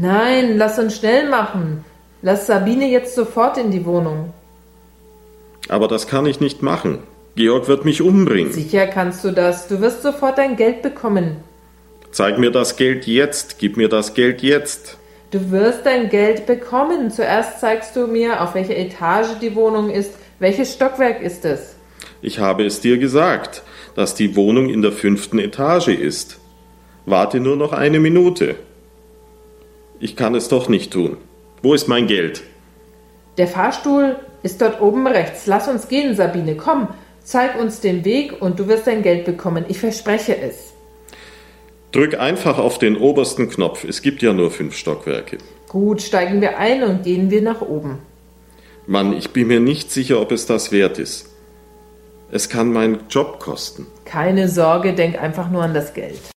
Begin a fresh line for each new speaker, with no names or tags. Nein, lass uns schnell machen. Lass Sabine jetzt sofort in die Wohnung.
Aber das kann ich nicht machen. Georg wird mich umbringen.
Sicher kannst du das. Du wirst sofort dein Geld bekommen.
Zeig mir das Geld jetzt. Gib mir das Geld jetzt.
Du wirst dein Geld bekommen. Zuerst zeigst du mir, auf welcher Etage die Wohnung ist. Welches Stockwerk ist es?
Ich habe es dir gesagt, dass die Wohnung in der fünften Etage ist. Warte nur noch eine Minute. Ich kann es doch nicht tun. Wo ist mein Geld?
Der Fahrstuhl ist dort oben rechts. Lass uns gehen, Sabine. Komm, zeig uns den Weg und du wirst dein Geld bekommen. Ich verspreche es.
Drück einfach auf den obersten Knopf. Es gibt ja nur fünf Stockwerke.
Gut, steigen wir ein und gehen wir nach oben.
Mann, ich bin mir nicht sicher, ob es das wert ist. Es kann meinen Job kosten.
Keine Sorge, denk einfach nur an das Geld.